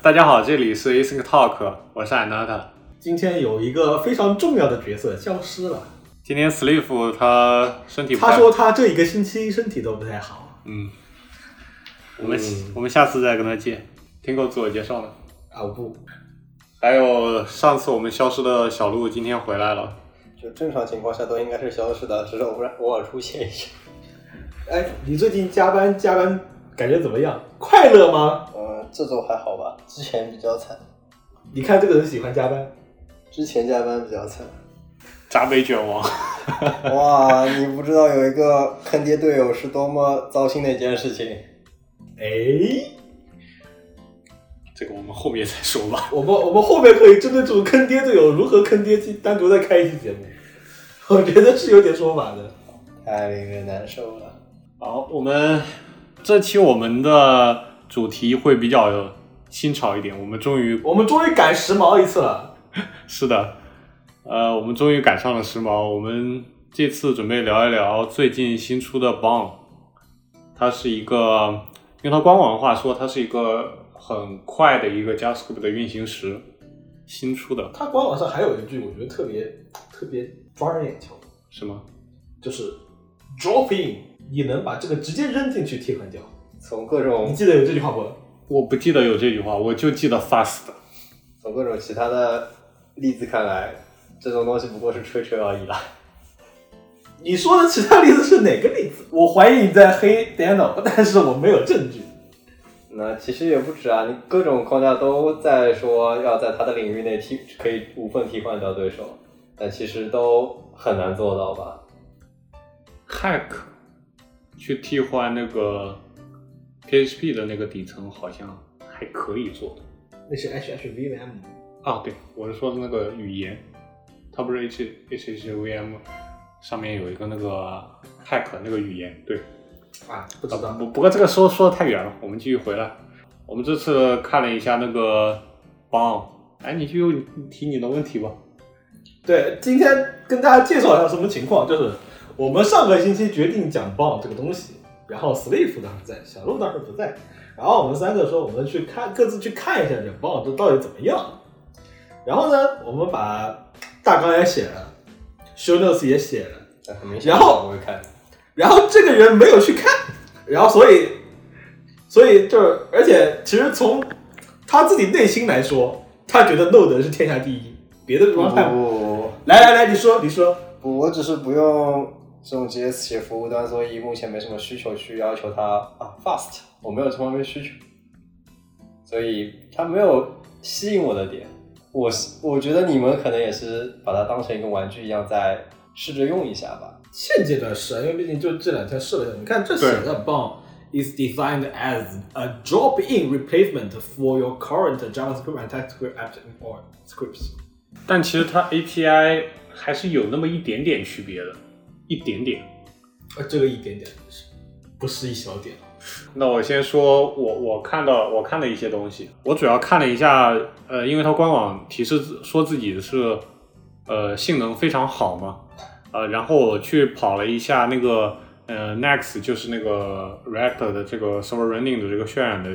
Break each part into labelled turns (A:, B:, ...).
A: 大家好，这里是 Async Talk，我是 Anata。
B: 今天有一个非常重要的角色消失了，
A: 今天 Sleeve 他身体不太
B: 他说他这一个星期身体都不太好
A: 嗯，我们、
B: 嗯
A: 我们下次再跟他见。听够自我介绍了，
B: 啊，我不，
A: 还有上次我们消失的小鹿今天回来了。
C: 就正常情况下都应该是消失的，只是偶然偶尔出现一下。
B: 哎，你最近加班加班感觉怎么样？快乐吗？
C: 嗯，这周还好吧，之前比较惨，
B: 你看这个人喜欢加班，
C: 之前加班比较惨。
A: 闸北卷王，
C: 哇，你不知道有一个坑爹队友是多么糟心的一件事情。
B: 哎，
A: 这个我们后面再说吧。
B: 我们我们后面可以针对这种坑爹队友如何坑爹去单独再开一期节目，我觉得是有点说法的。
C: 太令人难受了。
A: 好，我们这期我们的主题会比较新潮一点。我们终于
B: 我们终于赶时髦一次了，
A: 是的，呃，我们终于赶上了时髦。我们这次准备聊一聊最近新出的 Bond，它是一个用它官网的话说，它是一个很快的一个 JavaScript 的运行时新出的，
B: 他官网上还有一句我觉得特别特别抓人眼球，
A: 是吗？
B: 就是 drop in，你能把这个直接扔进去替换掉。
C: 从各
B: 你
C: 种
B: 记得有这句话不？
A: 我不记得有这句话，我就记得 fast。
C: 从各种其他的例子看来，这种东西不过是吹吹而已啦。
B: 你说的其他例子是哪个例子？我怀疑你在黑 Daniel，但是我没有证据。
C: 那其实也不止啊，你各种框架都在说要在他的领域内替可以无缝替换掉对手，但其实都很难做到吧？
A: hack 去替换那个 PHP 的那个底层，好像还可以做的。
B: 那是 HHVM，
A: 啊，对，我是说的那个语言，它不是 H H H V M 上面有一个那个 hack 那个语言，对，
B: 啊，不知
A: 啊
B: 道。
A: 不不过这个说说的太远了，我们继续回来。我们这次看了一下那个邦，哎，你就提你的问题吧。
B: 对，今天跟大家介绍一下什么情况，就是我们上个星期决定讲 Bond 这个东西，然后 Sleeve 当时在，小鹿当时不在，然后我们三个说我们去看，各自去看一下这 Bond 这到底怎么样。然后呢，我们把大纲也写了，show notes 也写了，
C: 但很明显，
B: 然后
C: 我会看。
B: 然后这个人没有去看，然后所以，所以就是，而且其实从他自己内心来说，他觉得 Node 是天下第一，别的地
C: 不
B: 方
C: 不
B: 看不。
C: 不
B: 来来来，你说你说，
C: 不，我只是不用这种 JS 写服务端，所以目前没什么需求去要求它啊 fast，我没有这方面需求，所以它没有吸引我的点。我是我觉得你们可能也是把它当成一个玩具一样在试着用一下吧。
B: 现阶段是啊，因为毕竟就这两天试了一下，你看这写的很棒。Is designed as a drop-in replacement for your current JavaScript and TypeScript app or scripts。
A: 但其实它 API 还是有那么一点点区别的，一点点。
B: 呃，这个一点点是，不是一小点。
A: 那我先说我我看到我看了一些东西，我主要看了一下，呃，因为它官网提示自说自己是，呃，性能非常好嘛，呃，然后我去跑了一下那个，呃，Next 就是那个 React 的这个 Server Rendering 的这个渲染的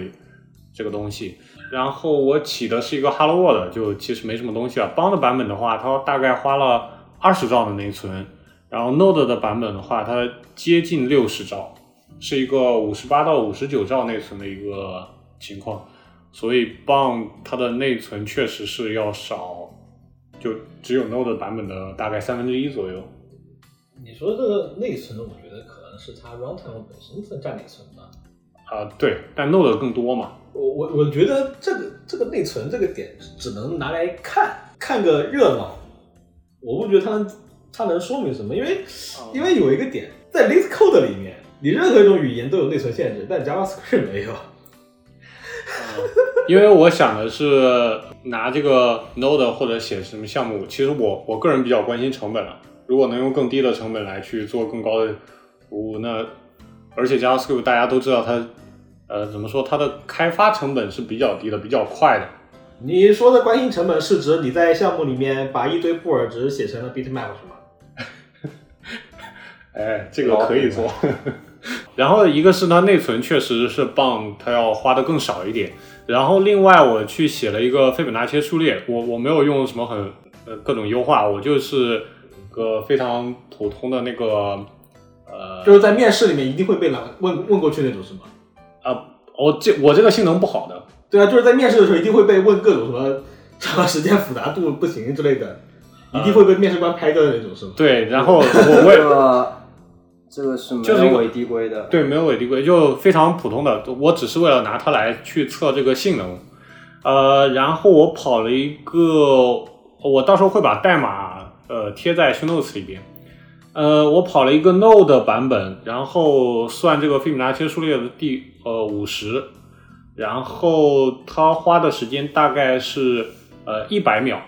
A: 这个东西，然后我起的是一个 Hello World，就其实没什么东西啊。邦的版本的话，它大概花了二十兆的内存，然后 Node 的版本的话，它接近六十兆。是一个五十八到五十九兆内存的一个情况，所以 Bond 它的内存确实是要少，就只有 Node 版本的大概三分之一左右。
B: 你说这个内存，我觉得可能是它 runtime 本身在占内存吧。
A: 啊、对，但 Node 更多嘛，
B: 我我我觉得这个这个内存这个点只能拿来看看个热闹，我不觉得它能它能说明什么，因为因为有一个点在 Lisp code 里面，你任何一种语言都有内存限制，但 JavaScript 没有。
A: 因为我想的是拿这个 Node 或者写什么项目，其实我我个人比较关心成本了。如果能用更低的成本来去做更高的服务，那而且 JavaScript 大家都知道它，呃，怎么说，它的开发成本是比较低的，比较快的。
B: 你说的关心成本是指你在项目里面把一堆布尔值写成了 bitmap 是吗？
A: 哎，这个可以做。 然后一个是它内存确实是棒，它要花的更少一点。然后另外我去写了一个费本纳切数列，我我没有用什么很呃各种优化，我就是个非常普通的那个呃
B: 就是在面试里面一定会被拦问问过去那种是吗？
A: 啊，我这我这个性能不好的，
B: 对啊，就是在面试的时候一定会被问各种什么 长时间复杂度不行之类的，一定会被面试官拍掉的那种是吗？
A: 对，然后我我也
C: 这个这个是没
A: 就是一
C: 有
A: 个
C: 违递归的，
A: 对，没有伪递归，就非常普通的。我只是为了拿它来去测这个性能，呃，然后我跑了一个，我到时候会把代码呃贴在 show notes 里边。呃，我跑了一个 Node 的版本，然后算这个费米纳切数列的第呃五十，然后它花的时间大概是呃一百秒。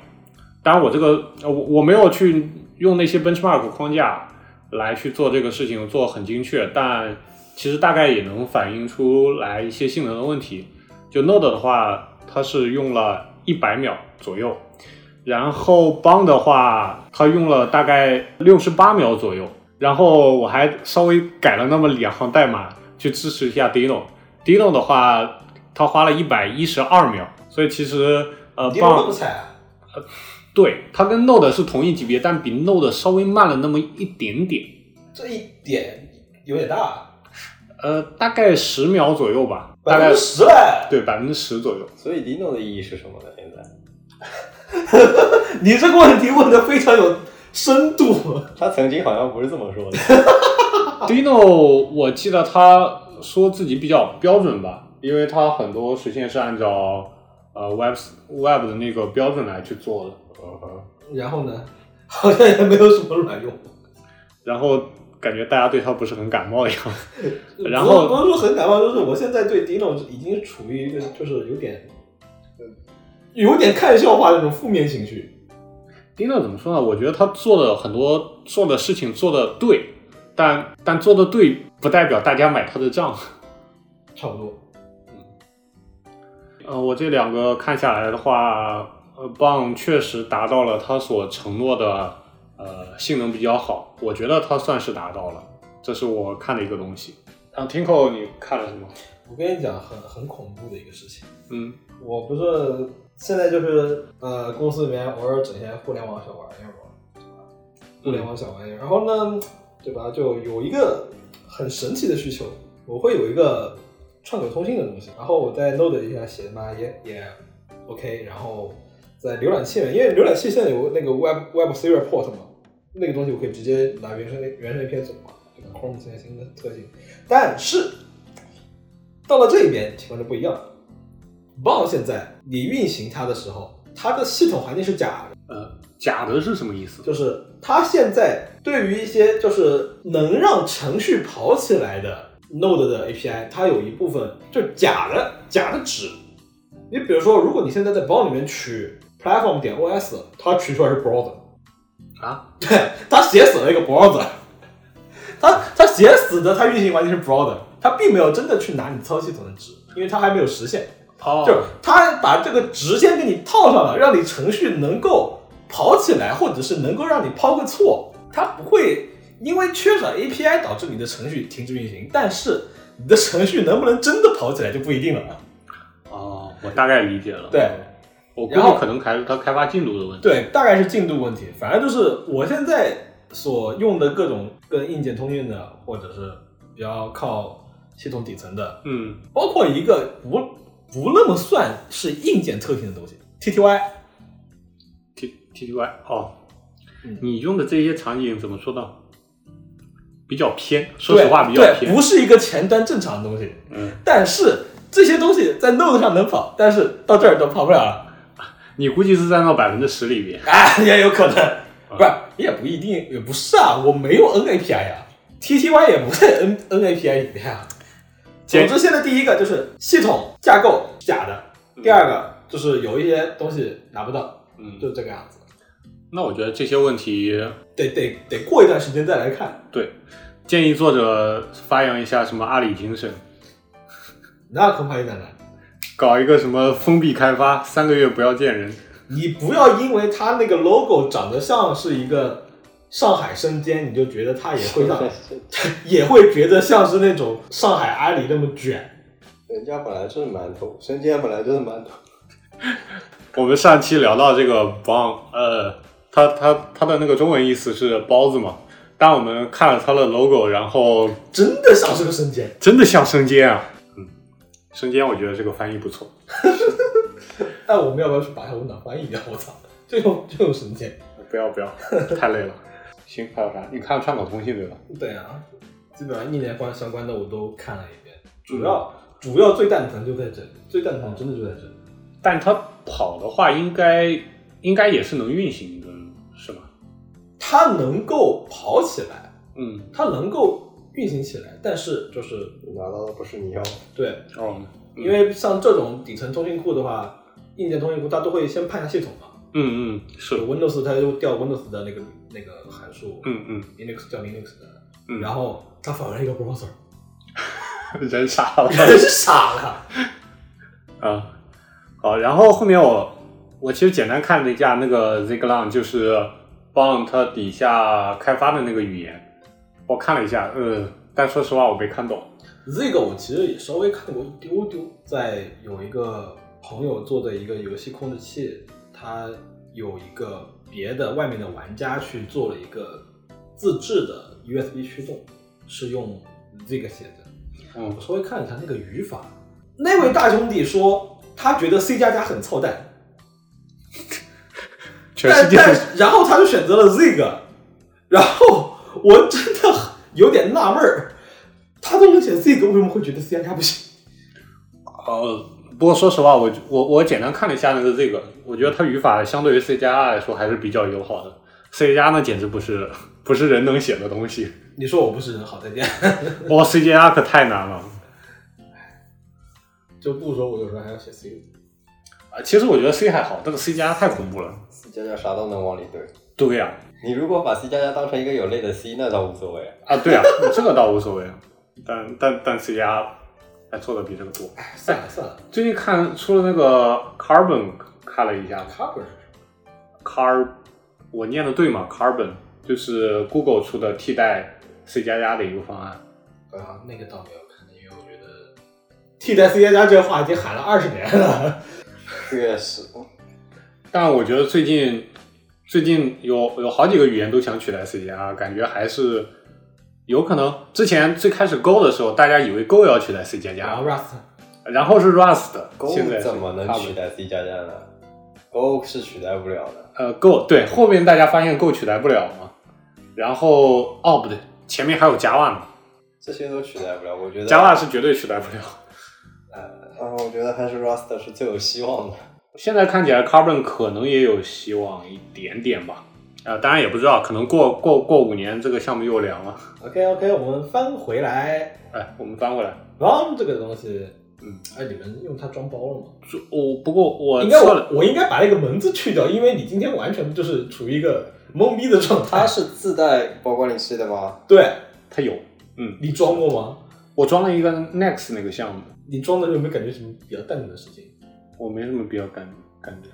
A: 当然，我这个呃我我没有去用那些 benchmark 框架来去做这个事情，做得很精确，但其实大概也能反映出来一些性能的问题。就 Node 的话，它是用了一百秒左右，然后 Bond 的话，它用了大概六十八秒左右。然后我还稍微改了那么两行代码去支持一下 Dino。Dino 的话，它花了一百一十二秒，所以其实呃
B: 一定会
A: Bond
B: 不踩啊？
A: 对它跟 Node 是同一级别，但比 Node 稍微慢了那么一点点。
B: 这一点有点大，
A: 呃，大概十秒左右吧，大
B: 百
A: 概
B: 分之十嘞！
A: 对百分之十左右。
C: 所以 Dino 的意义是什么呢？现在
B: 你这个问题问的非常有深度。
C: 他曾经好像不是这么说 的，
B: 啊
A: Dino，我记得他说自己比较标准吧，因为他很多实现是按照呃 Web Web 的那个标准来去做的，
B: 然后呢， 好像也没有什么卵用。
A: 然后感觉大家对他不是很感冒一样。 然
B: 不
A: 后
B: 是不是说很感冒，就是我现在对 Dino 已经处于一个就是有点，呃有点看笑话的那种负面情绪。
A: Dino 怎么说呢？我觉得他做的很多做的事情做的对，但但做的对不代表大家买他的账。
B: 差不多，
A: 呃，我这两个看下来的话，呃，棒确实达到了他所承诺的，呃，性能比较好，我觉得它算是达到了，这是我看的一个东西。然后 Tinko 你看了什么？
B: 我跟你讲，很很恐怖的一个事情。
A: 嗯
B: 我不是现在就是呃，公司里面偶尔整些互联网小玩意儿嘛，互联网小玩意儿。然后呢，对吧？就有一个很神奇的需求，我会有一个串口通信的东西，然后我在 Node 底下写嘛，也也 OK，然后在浏览器里面，因为浏览器现在有那个 Web Web Serial Port 嘛，那个东西我可以直接拿原生原生 API 走嘛，对吧？Chrome 现在新的特性，但是到了这边情况就不一样了。Bond 现在你运行它的时候，它的系统环境是假的，
A: 呃，假的是什么意思？
B: 就是它现在对于一些就是能让程序跑起来的 Node 的 API，它有一部分就假的假的值。你比如说，如果你现在在 Bond 里面取 platform 点 OS，它取出来是 browser，
A: 啊，
B: 对， 它写死了一个 browser，它它写死的，它运行环境是 browser，它并没有真的去拿你操作系统的值，因为它还没有实现。
A: 哦
B: 就是他把这个直接给你套上了，让你程序能够跑起来，或者是能够让你抛个错，它不会因为缺少 API 导致你的程序停止运行，但是你的程序能不能真的跑起来就不一定了。
A: 哦，我大概理解了。
B: 对，
A: 我估
B: 然后
A: 计可能还是它开发进度的问题。
B: 对，大概是进度问题。反正就是我现在所用的各种跟硬件通用的，或者是比较靠系统底层的，
A: 嗯，
B: 包括一个不不那么算是硬件特性的东西，TTY。
A: T T T Y 哦
B: 嗯，
A: 你用的这些场景怎么说呢？比较偏，说实话比较
B: 对，对
A: 偏
B: 不。是一个前端正常的东西。
A: 嗯，
B: 但是这些东西在 Node 上能跑，但是到这儿都跑不了 了。
A: 你估计是占到百分之十里边。
B: 啊，也有可能， 不是，也不一定，也不是啊，我没有 NAPI 呀、TTY 也不在 N NAPI 里面啊。总
A: 简
B: 之，现在第一个就是系统架构是假的，第二个就是有一些东西拿不到，
A: 嗯，
B: 就是这个样子。
A: 那我觉得这些问题
B: 得得得过一段时间再来看。
A: 对，建议作者发扬一下什么阿里精神，
B: 那恐怕有点难。
A: 搞一个什么封闭开发，三个月不要见人。
B: 你不要因为它那个 logo 长得像是一个上海生煎，你就觉得 它也会像，也会觉得像是那种上海阿里那么卷。
C: 人家本来就是馒头，生煎本来就是馒头。
A: 我们上期聊到这个 bon，呃，它它它的那个中文意思是包子嘛。当我们看了它的 logo，然后
B: 真的像是个生煎。
A: 真的像生煎啊，嗯，生煎我觉得这个翻译不错。
B: 哎，我们要不要去把它文档翻译一下？我操， 就用就用生煎。
A: 不要不要，太累了。行，还有啥？你看川口通信对吧？
B: 对啊，基本上一年关相关的我都看了一遍，主要主要最蛋疼就在这里，最蛋疼真的就在这里。
A: 但它跑的话，应该应该也是能运行的，是吗？
B: 它能够跑起来，
A: 嗯，
B: 它能够运行起来，但是就是
C: 你拿到的不是你要的，
B: 对，
A: 哦，
B: 因为像这种底层通讯库的话，硬件通讯库它都会先判一下系统嘛，
A: 嗯嗯是，
B: 有 Windows 它就调 Windows 的那个那个函数，
A: 嗯嗯
B: l i n u x 调 Linux 的，
A: 嗯，
B: 然后它访问了一个 browser，
A: 人傻了。
B: 真是傻了。
A: 啊，好，然后后面我我其实简单看了一下那个 Zigline，就是 Bond 它底下开发的那个语言，我看了一下，呃，但说实话我没看懂。
B: Zig 我其实也稍微看过一丢丢，在有一个朋友做的一个游戏控制器，它有一个别的外面的玩家去做了一个自制的 USB 驱动，是用 Zig 写的。
A: 嗯
B: 我稍微看了一下那个语法，那位大兄弟说他觉得 C 加加很操蛋，
A: 全世
B: 但
A: 界
B: 但然后他就选择了 Zig，然后我真的有点纳闷儿，他都能写 Zig，为什么会觉得 C 加加不行？
A: 呃，不过说实话，我我我简单看了一下那个 Zig，我觉得它语法相对于 C 加来说还是比较友好的。C 加呢，简直不是不是人能写的东西。
B: 你说我不是人，好再见。
A: 哇、c 加可太难了。
B: 就不说我有时候还要写 C，
A: 啊，其实我觉得 C 还好，这个 C 加太恐怖了。
C: ，C 加加啥都能往里堆。
A: 对啊呀、
C: 你如果把 C 加加当成一个有类的 C，那倒无所谓。
A: 啊，对啊， 这个倒无所谓，啊但但但 C 加还做的比这个多。
B: 哎，算了算了，
A: 最近看出了那个 Carbon，看了一下
B: 卡本是什么？
A: ，Car，我念的对吗？Carbon 就是 Google 出的替代 C 加加的一个方案。
B: 啊，那个倒没有看，因为我觉得替代 C 加加这话已经喊了二十年了。
C: 确实，
A: 但我觉得最近最近有有好几个语言都想取代 C 加，感觉还是有可能。之前最开始 Go 的时候，大家以为 Go 要取代 C 加
B: 然
A: 加，
B: 后 Rust
A: 然后是 Rust，
C: Go
A: 现在是
C: 怎么能
A: Carbon
C: 取代 C 加加呢？Go 是取代不了的。
A: 呃，Go 对，后面大家发现 Go 取代不了嘛，然后哦不对，前面还有 Java 呢
C: 这些都取代不了，我觉得
A: ，Java 是绝对取代不了。
C: 嗯，我觉得还是 Rust 是最有希望的。
A: 现在看起来 Carbon 可能也有希望一点点吧，啊、当然也不知道，可能过过过五年这个项目又凉了。
B: OK OK，我们翻回来
A: 哎，我们翻过来，
B: ROM 这个东西，
A: 嗯，
B: 哎，你们用它装包了吗？
A: 就我、不过我
B: 应该
A: 错呃了，
B: 我我应该把那个门字去掉，因为你今天完全就是处于一个懵逼的状
C: 它
B: 态。
C: 是自带包管理器的吗？
B: 对
A: 它有，
B: 你装过吗？
A: 我装了一个 Next 那个项目，
B: 你装的有没有感觉什么比较淡定的事情？
A: 我没什么必要干干的。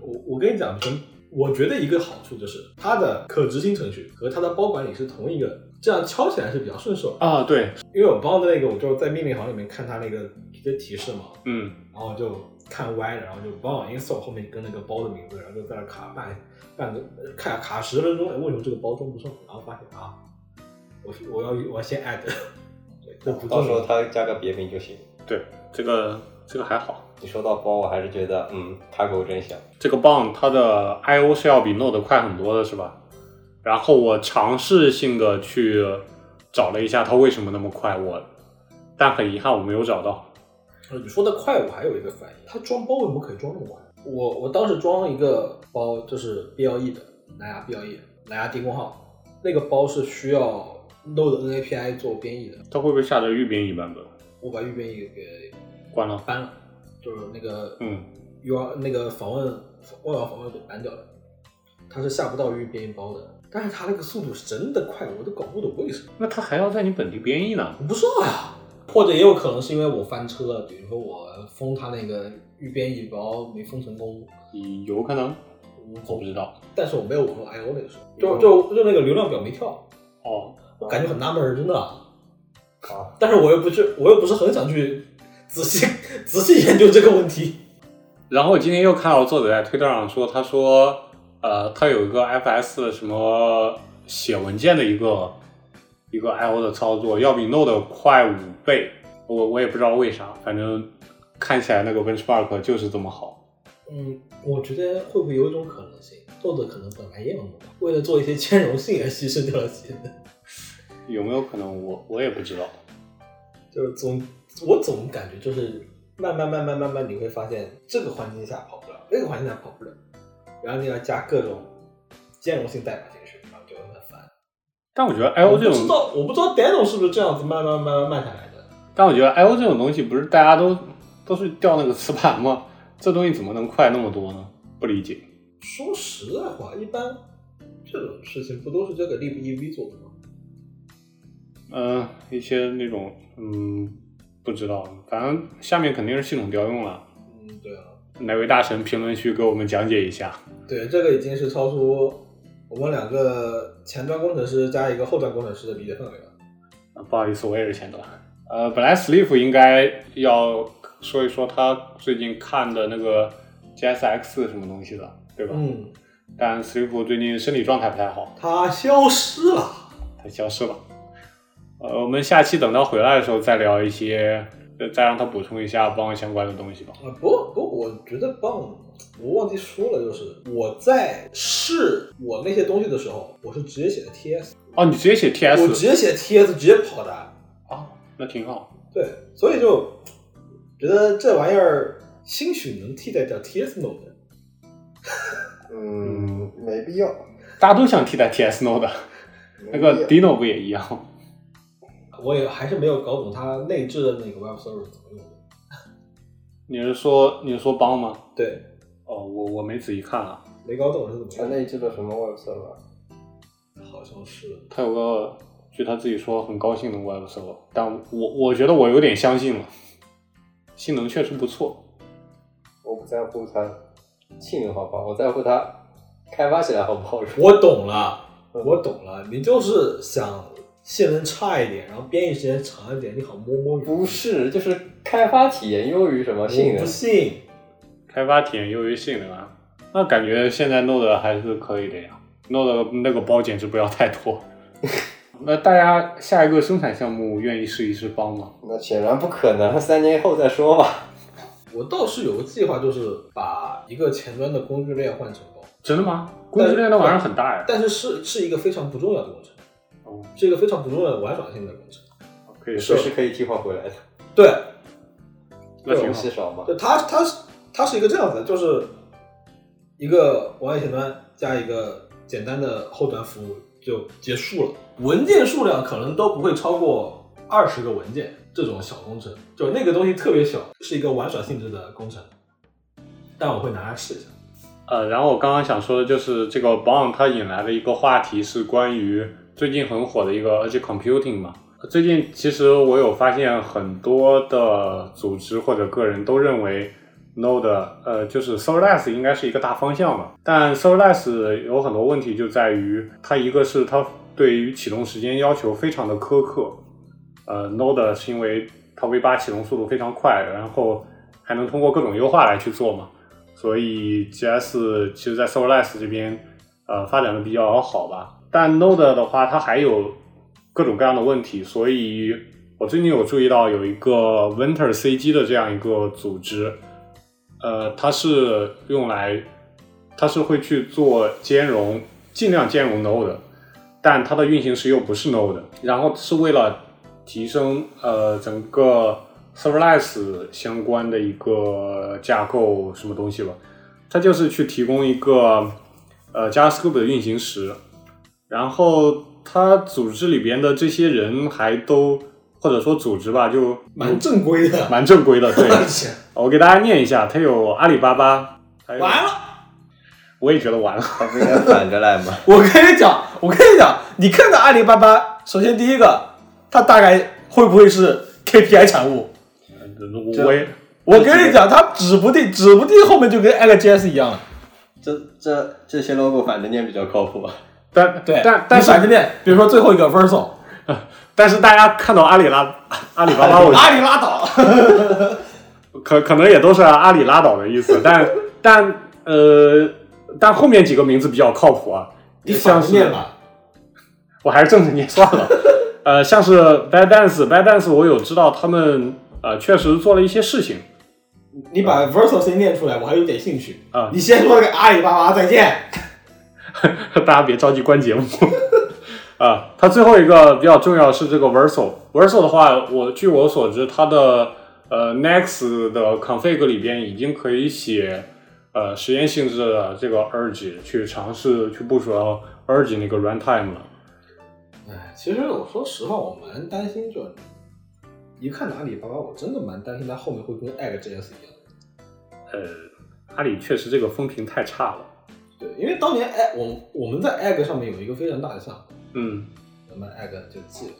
B: 我我跟你讲，跟我觉得一个好处就是它的可执行程序和它的包管理是同一个，这样敲起来是比较顺手的。
A: 啊，对，
B: 因为我包的那个，我就在命令行里面看它那个直接提示嘛，
A: 嗯，
B: 然后就看歪了，然后就帮我 install 后面跟那个包的名字，然后就在那卡半半个卡卡十分钟，哎，为什么这个包装不上？然后发现啊，我是我要我要先 add，对， 这不
C: 到
B: 重
C: 时候
B: 要。
C: 它加个别名就行。
A: 对，这个这个还好。
C: 你说到包，我还是觉得，嗯，卡口真香。
A: 这个 Bond 它的 I/O 是要比 Node 快很多的，是吧？然后我尝试性的去找了一下它为什么那么快，我但很遗憾我没有找到。
B: 呃你说的快，我还有一个反应，它装包为什么可以装那么快？我我当时装了一个包，就是 BLE 的蓝牙 BLE 蓝牙低功耗，那个包是需要 Node NAPI 做编译的，
A: 它会不会下载预编译版本？
B: 我把预编译给
A: 关了。
B: 搬了，就是那个
A: 嗯
B: UR 那个访问外网访问给搬掉了，它是下不到预编译包的，但是它那个速度是真的快，我都搞不懂为什么，
A: 那它还要在你本地编译呢？
B: 我不知道呀。或者也有可能是因为我翻车了，比如说我封它那个预编译包没封成功，
A: 有可能，
B: 我
A: 我不知道。
B: 但是我没有网络 I O 那个时候，
C: 就
B: 就就就那个流量表没跳，
A: 哦，
B: 我感觉很纳闷儿，真的。
C: 啊，
B: 但是我又不是我又不是很想去仔细仔细研究这个问题。
A: 然后我今天又看到作者在推特上说，他说，呃，他有一个 FS 什么写文件的一个一个 IO 的操作，要比 Node 快五倍。我我也不知道为啥，反正看起来那个 Benchmark 就是这么好。
B: 嗯，我觉得会不会有一种可能性，作者可能本来也很忙，为了做一些兼容性而牺牲掉了自己的
A: 有没有可能我我也不知道。
B: 就是总我总感觉就是慢慢慢慢慢慢你会发现这个环境下跑不了，那个环境下跑不了，然后你要加各种兼容性代码进去，然后就会很烦。
A: 但我觉得 IO
B: 我
A: 这
B: 不知
A: 种，
B: 道我不知道 Dano 是不是这样子慢慢慢慢慢下来的。
A: 但我觉得 IO 这种东西不是大家都都是掉那个磁盘吗？这东西怎么能快那么多呢？不理解。
B: 说实在话，一般这种事情不都是这个 Lib EV 做的吗？
A: 嗯，一些那种嗯，不知道，反正下面肯定是系统调用了。
B: 嗯，对啊，
A: 哪位大神评论区给我们讲解一下？
B: 对，这个已经是超出我们两个前端工程师加一个后端工程师的理解范围了。
A: 啊不好意思，我也是前端。呃，本来 Sleep 应该要说一说他最近看的那个 JSX 什么东西的，对吧？
B: 嗯，
A: 但 Sleep 最近身体状态不太好，
B: 它消失了。
A: 他消失了。呃，我们下期等他回来的时候再聊一些，呃再让他补充一下帮相关的东西吧。
B: 啊，不过不过，我觉得棒，我忘记说了，就是我在试我那些东西的时候，我是直接写的 TS，
A: 哦，你直接写
B: 我
A: TS
B: 直接写 TS 直接跑的，
A: 啊，那挺好。
B: 对，所以就觉得这玩意儿兴许能替代掉 TS Node，
A: 嗯
C: 嗯，没必要。
A: 大家都想替代 TS Node，那
C: 没必
A: 个
C: 要
A: Dino 不也一样？
B: 我也还是没有搞懂它内置的那个 Web Server 怎么用的。
A: 你是说你是说帮吗？
B: 对，
A: 哦，我我没仔细看啊，
B: 没搞懂是怎么
C: 它
B: 用
C: 内置的什么 Web Server？
B: 的，好像是
A: 他有个据他自己说很高性能 Web Server，但我我觉得我有点相信了，性能确实不错。
C: 我不在乎它性能好不好，我在乎它开发起来好不好用。
B: 我懂了，我懂了，你就是想性能差一点，然后编译时间长一点，你好摸摸鱼。
C: 不是，就是开发体验优于什么性
B: 我
C: 能
B: 不。信。
A: 开发体验优于性能啊，那感觉现在 Node 还是可以的呀，Node 那个包简直不要太 多。那大家下一个生产项目愿意试一试帮吗？
C: 那显然不可能，三年后再说吧。
B: 我倒是有个计划，就是把一个前端的工具链换成包，
A: 真的吗？工具链那玩意儿很大呀。
B: 但是是是一个非常不重要的工程，
A: 哦，
B: 是一个非常不重要的玩耍性的工程。
A: 可以试
C: 随
A: 试
C: 时，可以替换回来的，
B: 对，
A: 那挺好
C: 东西。少 嘛。
B: 就它它是它是一个这样子的，就是一个网页前端加一个简单的后端服务就结束了，文件数量可能都不会超过二十个文件这种小工程，就那个东西特别小，是一个玩耍性质的工程，但我会拿来试一下。
A: 呃，然后我刚刚想说的就是这个 b o n 它引来的一个话题是关于最近很火的一个 edge computing 嘛。最近其实我有发现很多的组织或者个人都认为 Node 呃就是 serverless 应该是一个大方向嘛，但 serverless 有很多问题就在于它一个是它对于启动时间要求非常的苛刻，呃 Node 是因为它 V 8启动速度非常快，然后还能通过各种优化来去做嘛。所以 GS 其实在 Serverless 这边呃发展的比较好吧。但 Node 的话，它还有各种各样的问题，所以我最近有注意到有一个 Winter CG 的这样一个组织，呃，它是用来它是会去做兼容，尽量兼容 Node，但它的运行时又不是 Node，然后是为了提升呃整个 Serverless 相关的一个架构什么东西吧，它就是去提供一个呃 JavaScript 的运行时，然后它组织里边的这些人还都或者说组织吧，就
B: 蛮正规的，
A: 蛮正规的，对。
B: 而且
A: 我给大家念一下，它有阿里巴巴，还有
B: 完了，
A: 我也觉得完 了，
C: 它不应该反着来吗？
B: 我跟你讲，我跟你讲，你看到阿里巴巴，首先第一个，它大概会不会是 KPI 产物？
A: 我我也
B: 我跟你讲，它指不定，指不定后面就跟 AleJS 一样了。
C: 这这这些 logo 反着念比较靠谱吧？啊
A: 但
B: 对，
A: 但
B: 你
A: 但是
B: 反着念，比如说最后一个 Versal，
A: 但是大家看到阿里拉阿里巴巴，我
B: 阿里拉倒。
A: 可可能也都是阿里拉倒的意思，但但呃，但后面几个名字比较靠谱啊。
B: 你
A: 像
B: 反着念
A: 是
B: 吧，
A: 我还是正着念算了。呃，像是 Bad Dance，Bad Dance，我有知道他们呃确实做了一些事情
B: 你把 versus 先念出来，我还有点兴趣。
A: 啊、
B: 你先说那个阿里巴巴再见。
A: 大家别着急关节目。啊，它最后一个比较重要是这个 Verso。Verso 的话，我据我所知，它的呃 Next 的 config 里边已经可以写呃实验性质的这个 Urge 去尝试去部署到 Urge 那个 runtime 了。
B: 哎，其实我说实话，我蛮担心就，一看到阿里巴巴，我真的蛮担心它后面会跟 AgJS 一样。
A: 呃，阿里确实这个风评太差了。
B: 对，因为当年 Ag 我我们在 Ag 上面有一个非常大的项目，
A: 嗯，
B: 我们 Ag 就记了。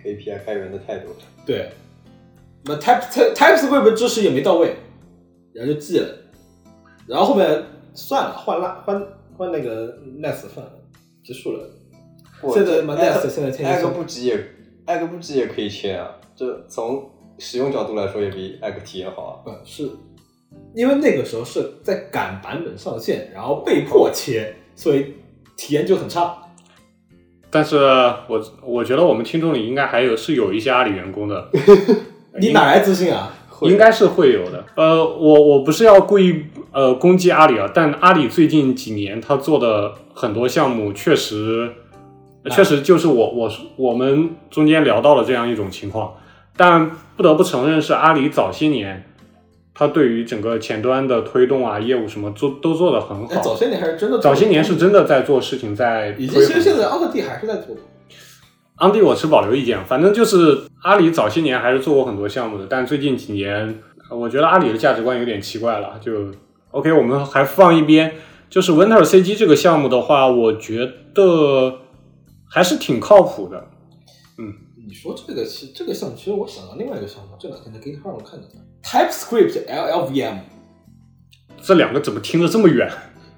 C: KPI 开源的态度，
B: 对，那 Type Type TypeScript 支持也没到位，然后就记了，然后后面算了，换拉换换那个 Next 算了，结束了。现在
C: 我
B: Next 现在天天
C: 艾
B: 说
C: 格不急也，艾格不急也可以切啊。这从使用角度来说，也比艾格体验好啊。
B: 呃，是因为那个时候是在赶版本上线，然后被迫切，所以体验就很差。
A: 但是我我觉得我们听众里应该还有是有一些阿里员工的，
B: 你哪来自信啊？
A: 应该是会有的。呃，我我不是要故意呃攻击阿里啊，但阿里最近几年他做的很多项目确实，呃确实就是我我我们中间聊到了这样一种情况，但不得不承认是阿里早些年。他对于整个前端的推动啊，业务什么做都做得很
B: 哎，早
A: 好。
B: 些年还是真的做
A: 早些年是，真的在做事情，在
B: 以及
A: 推
B: 其实
A: 很
B: 现
A: 多
B: 在奥特帝还是在做的。
A: 安迪，我持保留意见。反正就是阿里早些年还是做过很多项目的，但最近几年，呃我觉得阿里的价值观有点奇怪了。就 OK，我们还放一边。就是 Winter CG 这个项目的话，我觉得还是挺靠谱的。
B: 你说这个其这个项目，其实我想到另外一个项目，这两天在 GitHub 上看到的 TypeScript LLVM，
A: 这两个怎么听着这么远？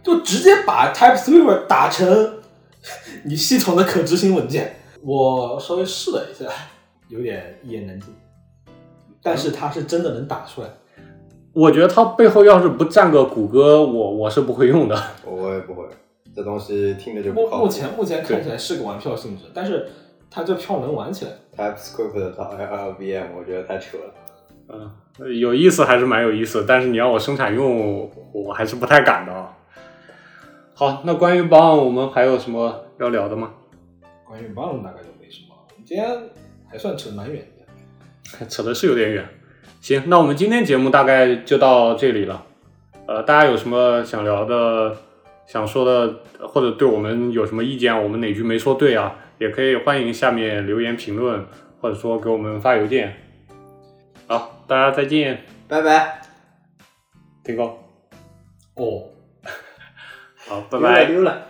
B: 就直接把 TypeScript 打成 你系统的可执行文件。我稍微试了一下，有点一言难尽，但是它是真的能打出来。
A: 我觉得它背后要是不站个谷歌，我我是不会用的。
C: 我也不会，这东西听着就
B: 目
C: 不靠谱。
B: 目前目前看起来是个玩票性质，但是他这票能玩起来，
C: TypeScript 的 LLVM，我觉得太扯了。
A: 嗯，有意思还是蛮有意思，但是你让我生产用，我还是不太敢的啊。好，那关于 b o 我们还有什么要聊的吗？
B: 关于 Bound 大概就没什么。我们今天还算扯得蛮远的，
A: 扯的是有点远。行，那我们今天节目大概就到这里了。呃，大家有什么想聊的、想说的，或者对我们有什么意见，我们哪句没说对啊，也可以欢迎下面留言评论，或者说给我们发邮件。好，大家再见，
C: 拜拜，
A: 天高，
B: 哦。
A: 好，拜
C: 溜了
A: 拜。
C: 溜了。